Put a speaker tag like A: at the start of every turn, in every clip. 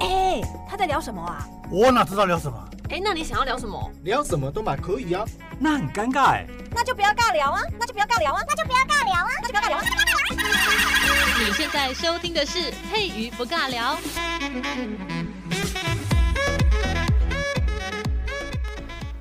A: 哎聊什么啊？
B: 我哪知道聊什么？
C: 哎，那你想要聊什么？
D: 聊什么都蛮可以啊。
E: 那很尴尬
B: 欸
E: 哎。
A: 那就不要尬聊啊！那就不要尬聊啊！那就不要尬聊啊！那就不要尬聊啊！
C: 你现在收听的是《佩瑜不尬聊》。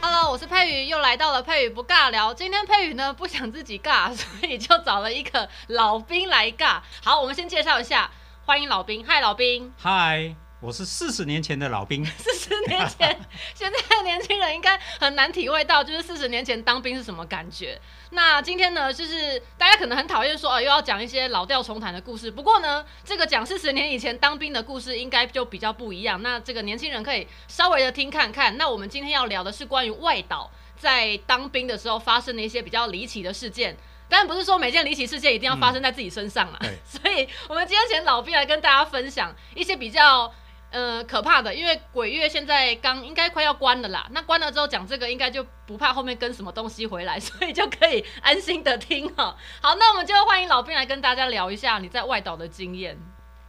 C: Hello，我是佩宇，又来到了佩宇不尬聊。今天佩宇呢不想自己尬， 所以就找了一个老兵来尬。好，我们先介绍一下，欢迎老兵，嗨，老兵。
E: 嗨，我是四十年前的老兵，
C: 四十年前，现在的年轻人应该很难体会到，就是四十年前当兵是什么感觉。那今天呢，就是大家可能很讨厌说，呃，又要讲一些老调重弹的故事。不过呢，这个讲四十年以前当兵的故事，应该就比较不一样。那这个年轻人可以稍微的听看看。那我们今天要聊的是关于外岛在当兵的时候发生的一些比较离奇的事件。当然不是说每件离奇事件一定要发生在自己身上啦，
E: 嗯
C: 所以我们今天请老兵来跟大家分享一些比较呃可怕的，因为鬼月现在刚应该快要关了啦。那关了之后讲这个，应该就不怕后面跟什么东西回来，所以就可以安心的听哦。 好，那我们就欢迎老兵来跟大家聊一下你在外岛的经验。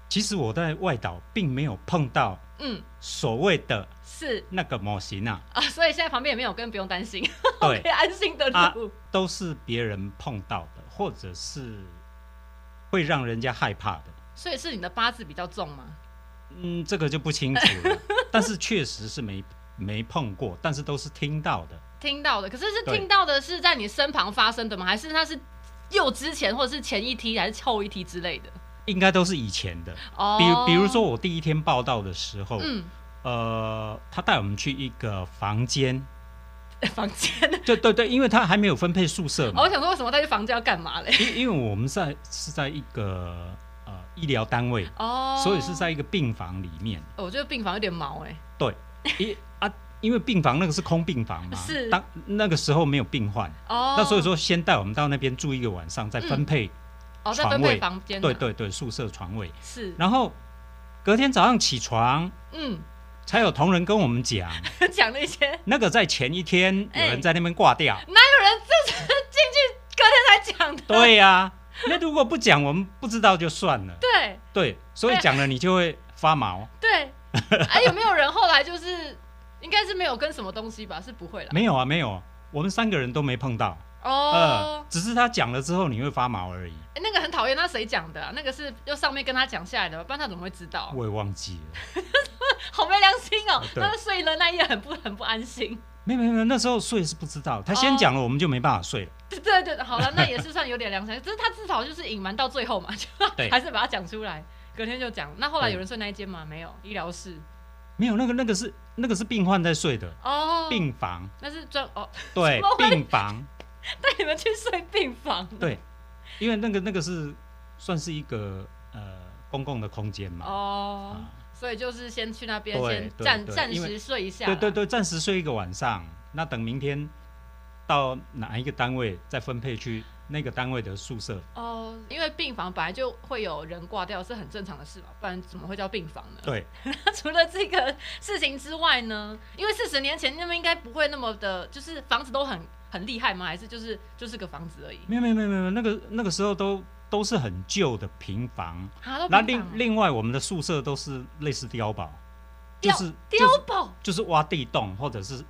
E: 其实我在外岛并没有碰到
C: 嗯，
E: 所谓的
C: 是
E: 那个模型 啊，
C: 啊，所以现在旁边也没有跟，不用担心， 可以
E: 对，
C: 安心的
E: 啊
C: 录。
E: 都是别人碰到的，或者是会让人家害怕的。
C: 所以是你的八字比较重吗？
E: 嗯，这个就不清楚 了，但是确实是没没碰过，但是都是听到的。
C: 听到的，可是是
E: 对
C: 听到的是在你身旁发生的吗？还是它是又之前，或者是前一梯，还是后一梯之类的？
E: 应该都是以前的，
C: 哦
E: 比比如说，我第一天报道的时候，
C: 嗯，
E: 呃，他带我们去一个房间，
C: 房间。
E: 对对对，因为他还没有分配宿舍
C: 哦
E: 嘛
C: 我，想说，为什么带去房间要干嘛嘞？
E: 因、因为我们在是在一个呃医疗单位，
C: 哦，
E: 所以是在一个病房里 面，
C: 哦。我觉得病房有点毛哎、
E: 对，因啊，因为病房那个是空病房嘛，
C: 是
E: 当那个时候没有病患，
C: 哦，
E: 那所以说先带我们到那边住一个晚上，再分配、
C: 哦，在
E: 床
C: 分配
E: 位
C: 房间啊、
E: 对对对宿舍床位，
C: 是，
E: 然后隔天早上起床
C: 嗯，
E: 才有同仁跟我们讲。
C: 讲了一些，
E: 那个在前一天有
C: 哎
E: 人在那边挂掉，
C: 哪有人这是进去隔天才讲的？
E: 对呀、那如果不讲，我们不知道就算了。
C: 对
E: 对，所以讲了你就会发 毛。
C: 对，哎、有没有人后来就是应该是没有跟什么东西吧？是不会啦。
E: 没有啊，没有啊，我们三个人都没碰到。
C: 哦
E: 呃，，只是他讲了之后你会发毛而已。
C: 欸那个很讨厌，那谁讲的啊、那个是又上面跟他讲下来的吧，不然他怎么会知道？
E: 我也忘记了，
C: 好没良心哦、
E: 对
C: 那所以呢，那夜很不很不安心。
E: 没有没有没有，那时候睡是不知道，他先讲了我们就没办法睡了。
C: 对对对，好了，那也是算有点良心，只是他至少就是隐瞒到最后嘛，就
E: 对
C: 还是把它讲出来。隔天就讲，那后来
E: 对
C: 有人睡那一间吗？没有，医疗室
E: 没有那个那个是那个是病患在睡的
C: 哦，
E: 病 房，
C: 那是专哦，
E: 对
C: 怎么会
E: 病 房，
C: 带你们去睡病房，
E: 对，因为那个那个是算是一个呃公共的空间嘛。
C: 哦，
E: 啊
C: 所以就是先去那边
E: 对
C: 先
E: 对
C: 暂
E: 对
C: 暂
E: 因
C: 时
E: 为
C: 睡一下，
E: 对对，对，暂时睡一个晚上，那等明天到哪一个单位再分配去那个单位的宿舍。
C: 哦，因为病房本来就会有人挂掉，是很正常的事嘛，不然怎么会叫病房呢？
E: 对，
C: 除了这个事情之外呢，因为四十年前那边应该不会那么的，就是房子都很很厉害吗？还是就是就是个房子而已？
E: 没有没有没有没有，那个那个时候都都是很旧的平房，
C: 啊，都
E: 那
C: 平
E: 另
C: 房
E: 另外我们的宿舍都是类似碉堡，就
C: 碉
E: 是就
C: 碉
E: 是哦
C: 堡，
E: 就是挖地洞或者是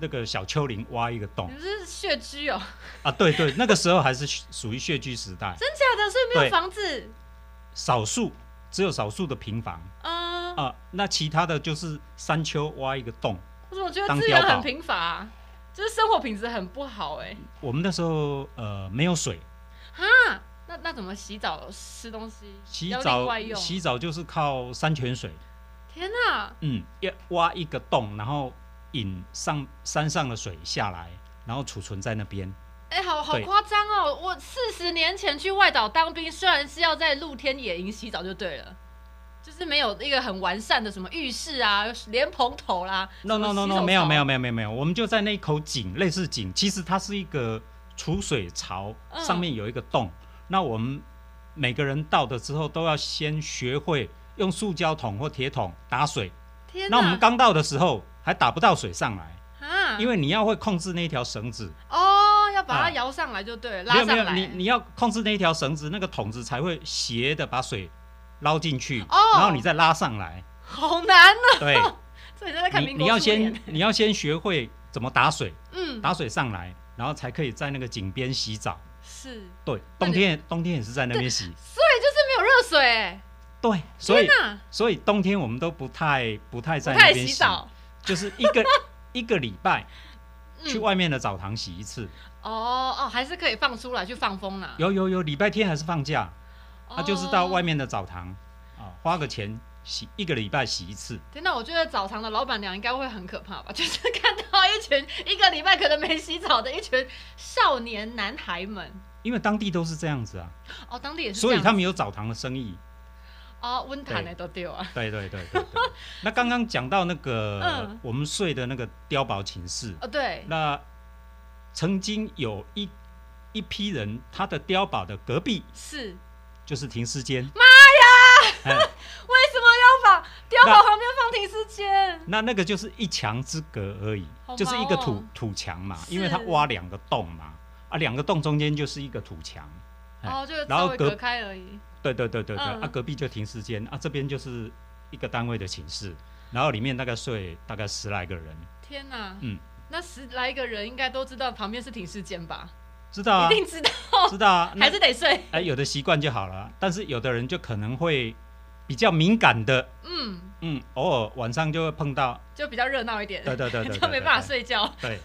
E: 那个小丘陵挖一个洞
C: 你们是穴居哦，
E: 啊，对对，那个时候还是属于穴居时代，
C: 真假的？所以没有
E: 对
C: 房子，
E: 少数只有少数的平房
C: 嗯、
E: 啊，那其他的就是山丘挖一个洞。
C: 我怎么觉得
E: 当
C: 资源
E: 碉堡
C: 很贫乏啊、就是生活品质很不好哎、
E: 我们那时候呃没有水，
C: 啊，那那怎么洗澡、吃东西？
E: 洗
C: 要另
E: 澡
C: 外用？
E: 洗澡就是靠山泉水，
C: 天哪、
E: 嗯，要挖一个洞，然后引上山上的水下来，然后储存在那边。
C: 哎、好好
E: 对
C: 夸张哦！我四十年前去外岛当兵，虽然是要在露天野营洗澡就对了，就是没有一个很完善的什么浴室啊、莲蓬头啦。
E: No
C: 什
E: no
C: 么
E: no
C: 洗手
E: no，没有
C: 槽
E: 没有没有没有没有，我们就在那一口井，类似井，其实它是一个储水槽，
C: 嗯
E: 上面有一个洞。那我们每个人到的之后，都要先学会用塑胶桶或铁桶打水。
C: 天
E: 那
C: 哪！
E: 我们刚到的时候还打不到水上来，
C: 啊，
E: 因
C: 为
E: 为你要会控制那条绳子。
C: 哦，要把它
E: 啊
C: 摇上来就对
E: 没
C: 了，拉
E: 有没
C: 上
E: 有，
C: 来。
E: 你你要控制那一条绳子，那个桶子才会斜的把水捞进去，
C: 哦
E: 然后你再拉上来。
C: 好难哦！
E: 对，
C: 所以在看
E: 你
C: 民
E: 你
C: 国
E: 要
C: 初
E: 先
C: 年
E: 你要先学会怎么打水，
C: 嗯
E: 打水上来，然后才可以在那个井边洗澡。
C: 是，
E: 对，
C: 那
E: 冬
C: 你
E: 天冬天也是在那边洗。
C: 所以就是没有热水、欸，
E: 对，所以
C: 天哪，
E: 所以冬天我们都不太不太
C: 不
E: 在那
C: 太
E: 边
C: 洗
E: 洗，
C: 澡，
E: 就是一 个一个礼拜去
C: 嗯
E: 外面的澡堂洗一次。
C: 哦哦，还是可以放出来去放风啦。
E: 有有有，礼拜天还是放假，他、
C: 哦
E: 就是到外。面的澡堂啊，花个钱洗一个礼拜洗一次。
C: 天哪，我觉得澡堂的老板娘应该会很可怕吧？ 就是看到一群一个礼拜可能没洗澡的一群少年男孩们，
E: 因为当地都是这样子啊，
C: 哦，当地也是这
E: 所
C: 样
E: 以
C: 子，
E: 他们有澡堂的生意。
C: 哦温潭的都丢啊，
E: 对对对对 对。那刚刚讲到那个、
C: 嗯
E: 我们睡的那个碉堡寝室，
C: 哦对，
E: 那曾经有一一批人，他的碉堡的隔壁
C: 是
E: 就是停尸间。哎
C: 为什么要把碉堡旁边放停尸间？
E: 那那个就是一墙之隔而已，
C: 好
E: 就是一个
C: 毛
E: 土
C: 哦
E: 土墙嘛，
C: 是
E: 因为它挖两个洞嘛，啊，两个洞中间就是一个土墙。哎
C: 哦，就是
E: 然
C: 稍
E: 后
C: 微
E: 隔
C: 隔开而已。
E: 对对对对对，
C: 嗯
E: 啊，隔壁就停尸间，啊，这边就是一个单位的寝室，然后里面大概睡大概十来个人，
C: 天哪，
E: 嗯，
C: 那十来个人应该都知道旁边是停尸间吧？
E: 知道啊
C: 一，定知道，
E: 知道啊，那
C: 还是得睡。
E: 哎，有的习惯就好了，但是有的人就可能会比较敏感的，
C: 嗯，
E: 嗯，偶尔晚上就会碰到，
C: 就比较热闹一点，
E: 对对对对，
C: 就没办法
E: 对，
C: 睡觉。
E: 对，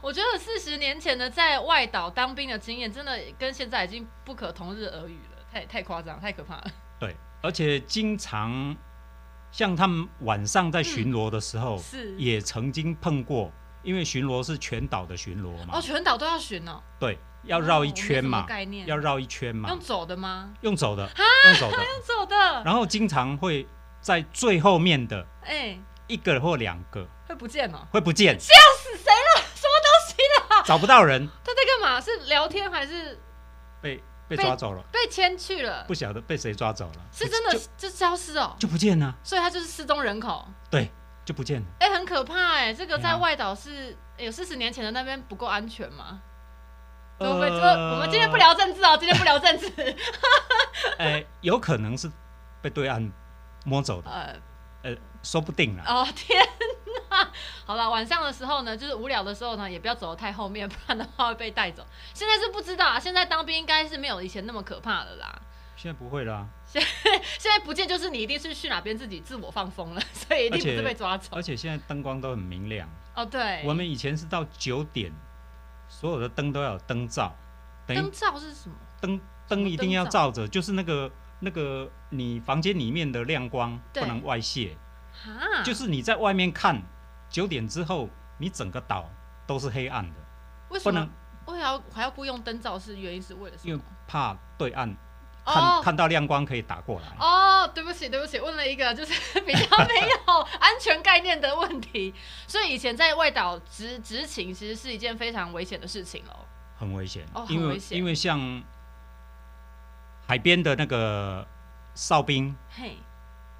C: 我觉得四十年前的在外岛当兵的经验，真的跟现在已经不可同日而语了，太太夸张，太可怕了。
E: 对，而且经常像他们晚上在巡逻的时候，
C: 嗯是
E: 也曾经碰过，因为巡逻是全岛的巡逻嘛，
C: 哦，全岛都要巡哦，
E: 对，要绕一圈
C: 哦我没什么
E: 嘛，
C: 概念
E: 要绕一圈嘛，
C: 用走的吗？
E: 用走的，用走的，
C: 用走的，
E: 然后经常会在最后面的
C: 哎、
E: 一个或两个
C: 会不见哦，
E: 会不见，
C: 吓死谁了？什么东西啦？
E: 找不到人，
C: 他在干嘛？是聊天还是
E: 被被
C: 被
E: 抓走了，
C: 被牵去了？
E: 不晓得被谁抓走了，
C: 是
E: 就
C: 真的
E: 就是
C: 就消失哦，
E: 就不见了，
C: 所以他就是失踪人口。
E: 对，就不见了。
C: 哎、很可怕哎、这个
E: 对
C: 在
E: 啊
C: 外岛是有四十年前的那边不够安全吗？会不会？呃、我们今天不聊政治哦，今天不聊 政治。
E: 呃，哎，有可能是被对岸摸走的，
C: 呃，
E: 呃，说不定啦。
C: 哦 天哪！好了，晚上的时候呢，就是无聊的时候呢，也不要走得太后面，不然的话会被带走。 现在是不知道啊，现在当兵应该是没有以前那么可怕了啦。
E: 现在不会
C: 哦
E: 啦，
C: 现在不见就是你一定是去哪边自己自我放风了， 所以一定
E: 而且
C: 不是被抓走
E: 而。且现在灯光都很明亮。
C: 哦，对，
E: 我们以前是到九点，所有的灯都要有灯罩，等
C: 灯
E: 于
C: 罩是什么？
E: 灯
C: 什么
E: 灯一定要
C: 哦灯
E: 照着，就是那个那个你房间里面的亮光
C: 对
E: 不能外泄，
C: 啊，
E: 就是你在外面看九点之后，你整个岛都是黑暗的，不
C: 为什么
E: 能？
C: 为啥还要雇佣灯罩？是原因是为了什
E: 因
C: 么
E: 为？怕对岸看、
C: 哦
E: 看到亮光可以打过来。
C: 哦，对不起，对不起，问了一个就是 比较没有安全概念的问题， 所以以前在外岛执执勤其实是一件非常危险的事情喽。
E: 很危险，
C: 哦很
E: 因
C: 危
E: 为
C: 险
E: 因为像海边的那个哨兵
C: 嘿，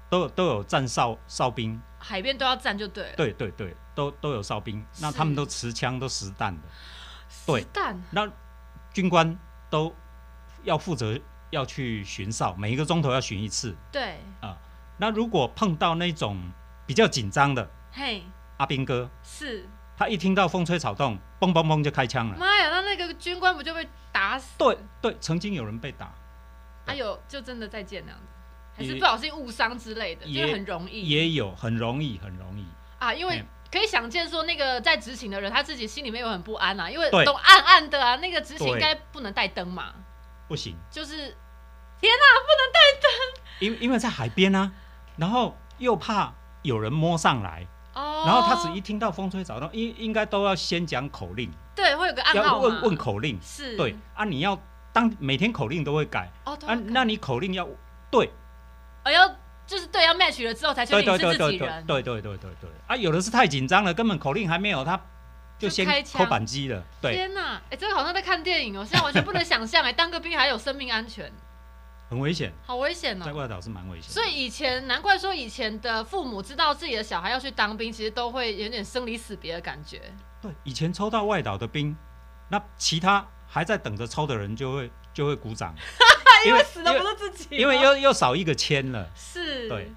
E: 都有都有站哨哨兵，
C: 海边都要站就对了。
E: 对对对，都都有哨兵，那
C: 呃是
E: 他们都持枪都实弹的，对
C: 实弹
E: 那军官都要负责要去巡哨，每一个钟头要巡一次。
C: 对，
E: 那如果碰到那种比较紧张的
C: 嘿，
E: 阿兵哥，
C: 是，
E: 他一听到风吹草动，嘣嘣嘣就开枪了。
C: 妈呀，那那个军官不就被打死？
E: 对对，曾经有人被打，
C: 哎呦，就真的再见那样子，还是
E: 也
C: 不小心误伤之类的，就
E: 也
C: 是很容易
E: 也有很容易，很容易。
C: 啊，因为
E: 嗯。
C: 可以想见，说那个在执勤的人，他自己心里面有很不安啊，因为
E: 对
C: 都暗暗的啊，那个执勤
E: 对
C: 应该不能带灯嘛，
E: 不行，
C: 就是
E: 因因为在海边啊，然后又怕有人摸上来，
C: 哦，
E: 然后他只一听到风吹草动，应应该都要先讲口令，
C: 对，会有个暗
E: 要
C: 号嘛
E: 问问口令，
C: 是，
E: 对啊，你要当每天口令都会改
C: 哦，对
E: 啊，那你口令要对，
C: 我哦要就是对要 match 了之后才确
E: 对
C: 定
E: 对
C: 你
E: 对
C: 是自
E: 对
C: 己
E: 对
C: 人，
E: 对对对对对啊，有的是太紧张了，根本口令还没有，他就
C: 就
E: 先
C: 开
E: 扣
C: 枪
E: 扳机了，对，
C: 天哪，哎，这个好像在看电影哦，现在完全不能想象哎， 当个兵还有生命安全，
E: 很危险，
C: 好危险
E: 在
C: 哦。
E: 外岛是蛮危险的，
C: 所以以前难怪说以前的父母知道自己的小孩要去当兵，其实都会有点生离死别的感觉。
E: 对以前抽到外岛的兵，那其他还在等着抽的人就会就 会鼓掌，因为
C: 死的不是自己吗，
E: 因为又又少一个签了。
C: 是，
E: 对，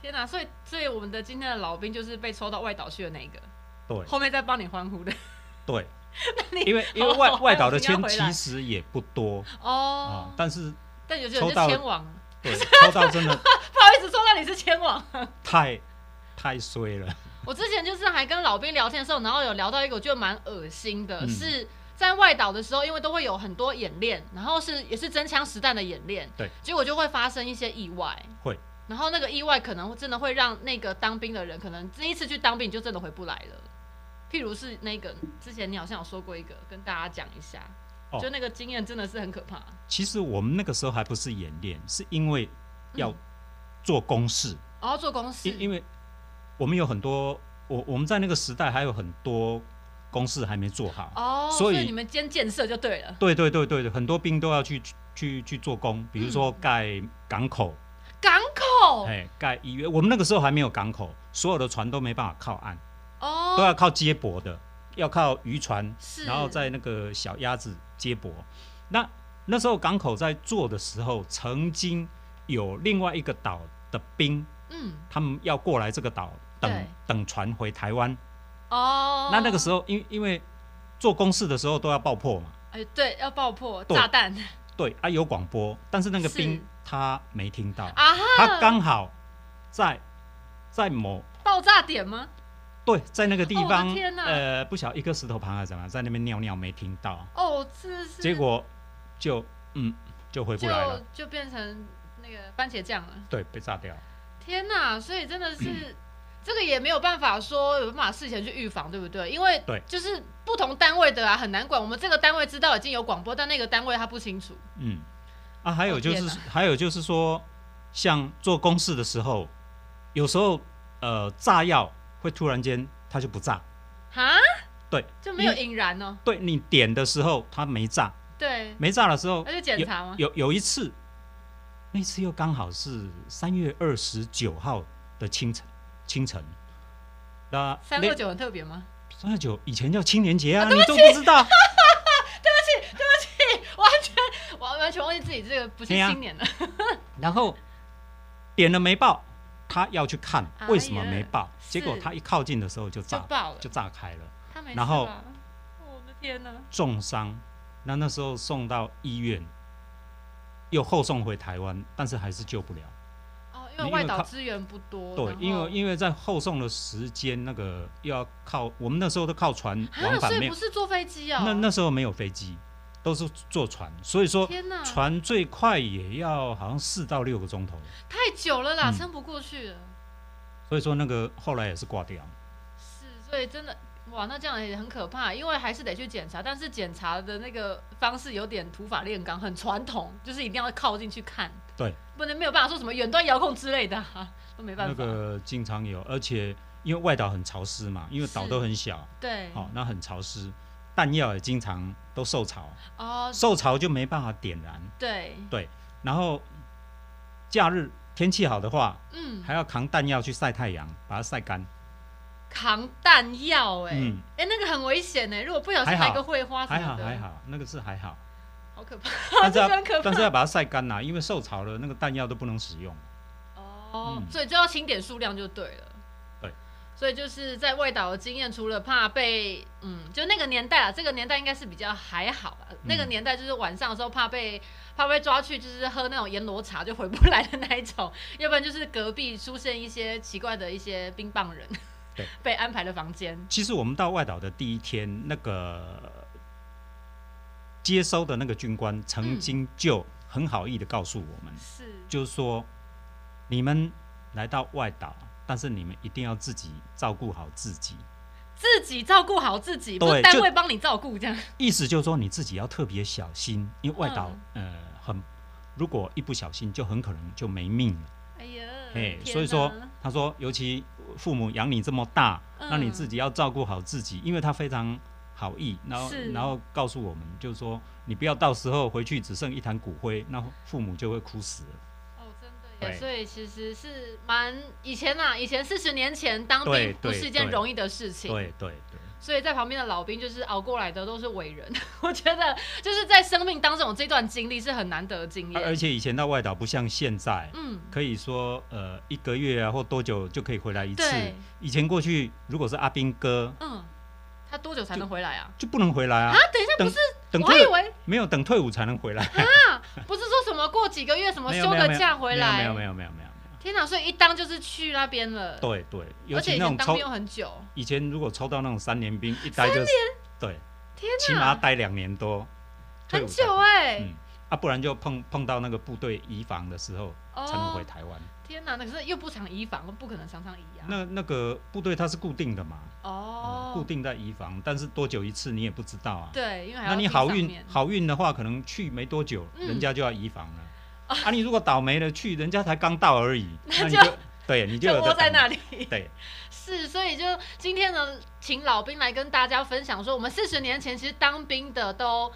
C: 天哪、所以所以我们的今天的老兵就是被抽到外岛去的那一个，
E: 对
C: 后面再帮你欢呼的
E: 对，
C: 你
E: 因为因为
C: 好
E: 外
C: 好
E: 外岛的
C: 还有
E: 签
C: 人要回
E: 其
C: 来
E: 实也不多啊
C: 哦，。
E: 但是
C: 但有些人
E: 抽
C: 就
E: 到
C: 签王，
E: 对抽到真的
C: 不好意思，抽到你是签王。
E: 太太衰了，
C: 我之前就是还跟老兵聊天的时候，然后有聊到一个我觉得蛮恶心的，
E: 嗯
C: 是在外岛的时候，因为都会有很多演练，然后是也是真枪实弹的演练，
E: 对，
C: 结果就会发生一些意外，
E: 会，
C: 然后那个意外可能真的会让那个当兵的人，可能第一次去当兵你就真的回不来了。譬如是那个之前你好像有说过一个，跟大家讲一下，
E: 哦
C: 就那个经验真的是很可怕。
E: 其实我们那个时候还不是演练，是因为
C: 嗯
E: 要做公事，
C: 然后哦做公司，
E: 因因为我们有很多，我我们在那个时代还有很多公事还没做好。
C: 哦，
E: 所
C: 所
E: 以
C: 你们兼建设就对了，
E: 对对对对对，很多兵都要去去去做工，比如
C: 嗯
E: 说盖港口，
C: 港口
E: 哎、盖医院。我们那个时候还没有港口，所有的船都没办法靠岸，
C: 哦，
E: 都要靠接驳的，要靠渔船，
C: 是，
E: 啊然后在那个小鸭子接驳。那那时候港口在做的时候，曾经有另外一个岛的兵，
C: 嗯
E: 他们要过来这个岛等
C: 对
E: 等船回台湾。
C: 哦，
E: 那那个时
C: 候
E: 候，因因为做公事的时候都要爆破嘛，
C: 哎对要爆破
E: 对
C: 炸弹
E: 对啊，有广播，但是那个兵
C: 是
E: 他没听到，
C: 啊哈，
E: 他刚好在在某
C: 爆炸点吗？
E: 对在那个地
C: 哦我的
E: 方，
C: 天哪
E: 呃，不晓得一个石头旁还是怎么样，在那边尿尿没听到，
C: 哦，这是
E: 结果就嗯就回不来了
C: 就，就变成那个番茄酱了，
E: 对，被炸掉了。
C: 天哪！所以真的是。这个也没有办法说有办法事前去预防，对不对？因为
E: 对
C: 就是不同单位的啊，很难管。我们这个单位知道已经有广播，但那个单位他不清楚。
E: 嗯，啊，还有
C: 哦
E: 就
C: 天
E: 是、
C: 哪
E: 还有就是说，像做公事的时候，有时候呃炸药会突然间它就不炸，
C: 哈，
E: 对，
C: 就没有
E: 因
C: 引燃哦。
E: 对你点的时候它没炸，
C: 对，
E: 没炸的时候
C: 那就检查吗？
E: 有有一次，那次又刚好是三月二十九号的清晨，清晨。那
C: 三
E: 那
C: 六九很特别吗？
E: 三二九以前叫青年节啊，你都不知道。
C: 完全，我完全忘记自己这个不是
E: 对呀
C: 新年了。
E: 然后点了没爆，他要去看
C: 哎呀
E: 为什么没爆，
C: 是
E: 结果他一靠近的时候就
C: 就
E: 炸
C: 爆了，
E: 就炸开了，
C: 他没事
E: 然后
C: 吧哦我的天哪！
E: 重伤。那那时候送到医院，又后送回台湾，但是还是救不了。
C: 哦，因
E: 因
C: 为
E: 为
C: 外岛
E: 靠
C: 资源不多，
E: 对，
C: 哦然
E: 因
C: 后
E: 为因为在后送的时间，那个又要靠我们那时候都靠船
C: 啊，
E: 往
C: 所
E: 返，没
C: 以
E: 有
C: 不是坐飞机哦，
E: 那那时候没有飞机，都是坐船，所以说
C: 天哪，
E: 船最快也要好像四到六个钟头，
C: 太久了啦，
E: 嗯
C: 撑不过去了。
E: 所以说那个后来也是挂掉。
C: 是，所以真的哇，那这样也很可怕，因为还是得去检查，但是检查的那个方式有点土法炼钢，很传统，就是一定要靠近去看，
E: 对，
C: 不能没有办法说什么远端遥控之类的、啊，都没办
E: 那
C: 法。
E: 个经常有，而且因为外岛很潮湿嘛，因为岛
C: 是
E: 都很小，
C: 对，
E: 好、那很潮湿，弹药也经常都受潮，
C: 哦，
E: 受潮就没办法点燃。
C: 对，
E: 然后假日天气好的话，
C: 嗯，
E: 还要扛弹药去晒太阳，把它晒干。
C: 扛弹药、哎、
E: 嗯
C: 哎、那个很危险哎、如果不小
E: 还
C: 心
E: 好
C: 来个会花什
E: 还
C: 么
E: 好
C: 啊的，
E: 还好，那个是还 好，
C: 好可怕。
E: 但是啊要
C: 这很可怕
E: 但是要把它晒干啦、因为受潮了，那个弹药都不能使用。
C: 哦，
E: 嗯
C: 所以就要清点数量就对了。
E: 对，
C: 所以就是在外岛的经验，除了怕被嗯，就那个年代啊，这个年代应该是比较还好
E: 嗯
C: 啦。那个年代就是晚上的时候怕被怕被抓去，就是喝那种阎罗茶就回不来的那一种，要不然就是隔壁出现一些奇怪的一些冰棒人，
E: 对，
C: 被安排了房间。
E: 其实我们到外岛的第一天，那个接收的那个军官曾
C: 嗯
E: 经就很好意的告诉我们，
C: 是，
E: 就是说你们来到外岛，但是你们一定要自己照顾好自己。
C: 自己照顾好自己，
E: 对
C: 不是单
E: 就
C: 位帮你照顾这样。
E: 意思就是说你自己要特别小心，因为外岛、
C: 嗯
E: 呃很，如果一不小心就很可能就没命了。
C: 哎呀，
E: 哎，
C: 天
E: 所以说
C: 哪
E: 他说，尤其父母养你这么大，那你
C: 嗯
E: 自己要照顾好自己，因为他非常好意，然后
C: 是
E: 然后告诉我们，就是说你不要到时候回去只剩一坛骨灰，那父母就会哭死了。
C: 哦，真的
E: 对
C: 耶！所以其实是蛮以前啦，以前四十年前当
E: 对
C: 兵不
E: 对
C: 是一件
E: 对
C: 容易的事情。
E: 对对对，
C: 所以在旁边的老兵就是熬过来的都是伟人。 我觉得就是在生命当中有这段经历是很难得的经
E: 而
C: 验。
E: 且以前到外岛不像现在，
C: 嗯，
E: 可以说呃一个月啊或多久就可以回来一次
C: 对。
E: 以前过去如果是阿兵哥
C: 嗯，他多久才能回来啊？
E: 就不能回来啊
C: 啊，，等一下，
E: 等
C: 不是，
E: 等
C: 我还以
E: 退
C: 为
E: 没有等退伍才能回 来，
C: 不是说什么过几个月什 么
E: 没有
C: 休
E: 没有
C: 个
E: 没有
C: 假回来，
E: 没有没有没有没有没有。
C: 天哪！所以一当就是去那边了，
E: 对对，尤
C: 而且
E: 其
C: 以
E: 那种
C: 前当
E: 抽
C: 兵又很久，
E: 以前如果抽到那种三年兵，一待就是对，
C: 天
E: 起码
C: 哪，
E: 待两年多，退
C: 很
E: 伍才
C: 久
E: 回
C: 哎、
E: 嗯啊，不然就碰碰到那个部队移防的时候才能回
C: 哦，
E: 台湾。
C: 天哪，那可是又不常移防，不可能常常移啊。
E: 那那个部队它是固定的嘛，嗯，
C: 哦
E: 固定在移防，但是多久一次你也不知道啊。
C: 对，因为还要
E: 那你
C: 盯
E: 好
C: 上
E: 运
C: 面
E: 好运的话，可能去没多久，
C: 嗯哦
E: 人家就要移防了。啊，你如果倒霉了去，人家才刚到 而已，那你
C: 就
E: 就对你就
C: 就
E: 有
C: 窝
E: 的
C: 在
E: 等
C: 那里。
E: 对，
C: 是，所以就今天呢，请老兵来跟大家分享说，我们四十年前其实当兵的都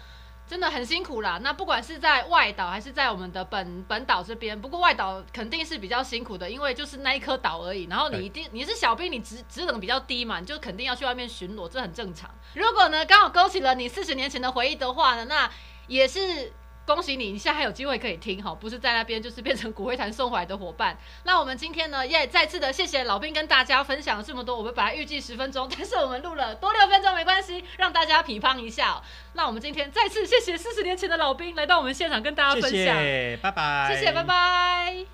C: 真的很辛苦啦。那不管是在外岛还是在我们的本本岛这边，不过外岛肯定是比较辛苦的，因为就是那一颗岛而已。然后你
E: 对
C: 一定你是小兵，你职职等比较低嘛，你就肯定要去外面巡逻，这很正常。如果呢刚好勾起了你四十年前的回忆的话呢，那也是。恭喜你，你现在还有机会可以听哈，不是在那边就是变成骨灰坛送回来的伙伴。那我们今天呢，也再次的谢谢老兵跟大家分享了这么多。我们本来预计十分钟，但是我们录了多六分钟没关系，让大家批判一下哦、那我们今天再次谢谢四十年前的老兵来到我们现场跟大家
E: 谢
C: 分享，
E: 谢，拜拜，
C: 谢谢，拜。拜。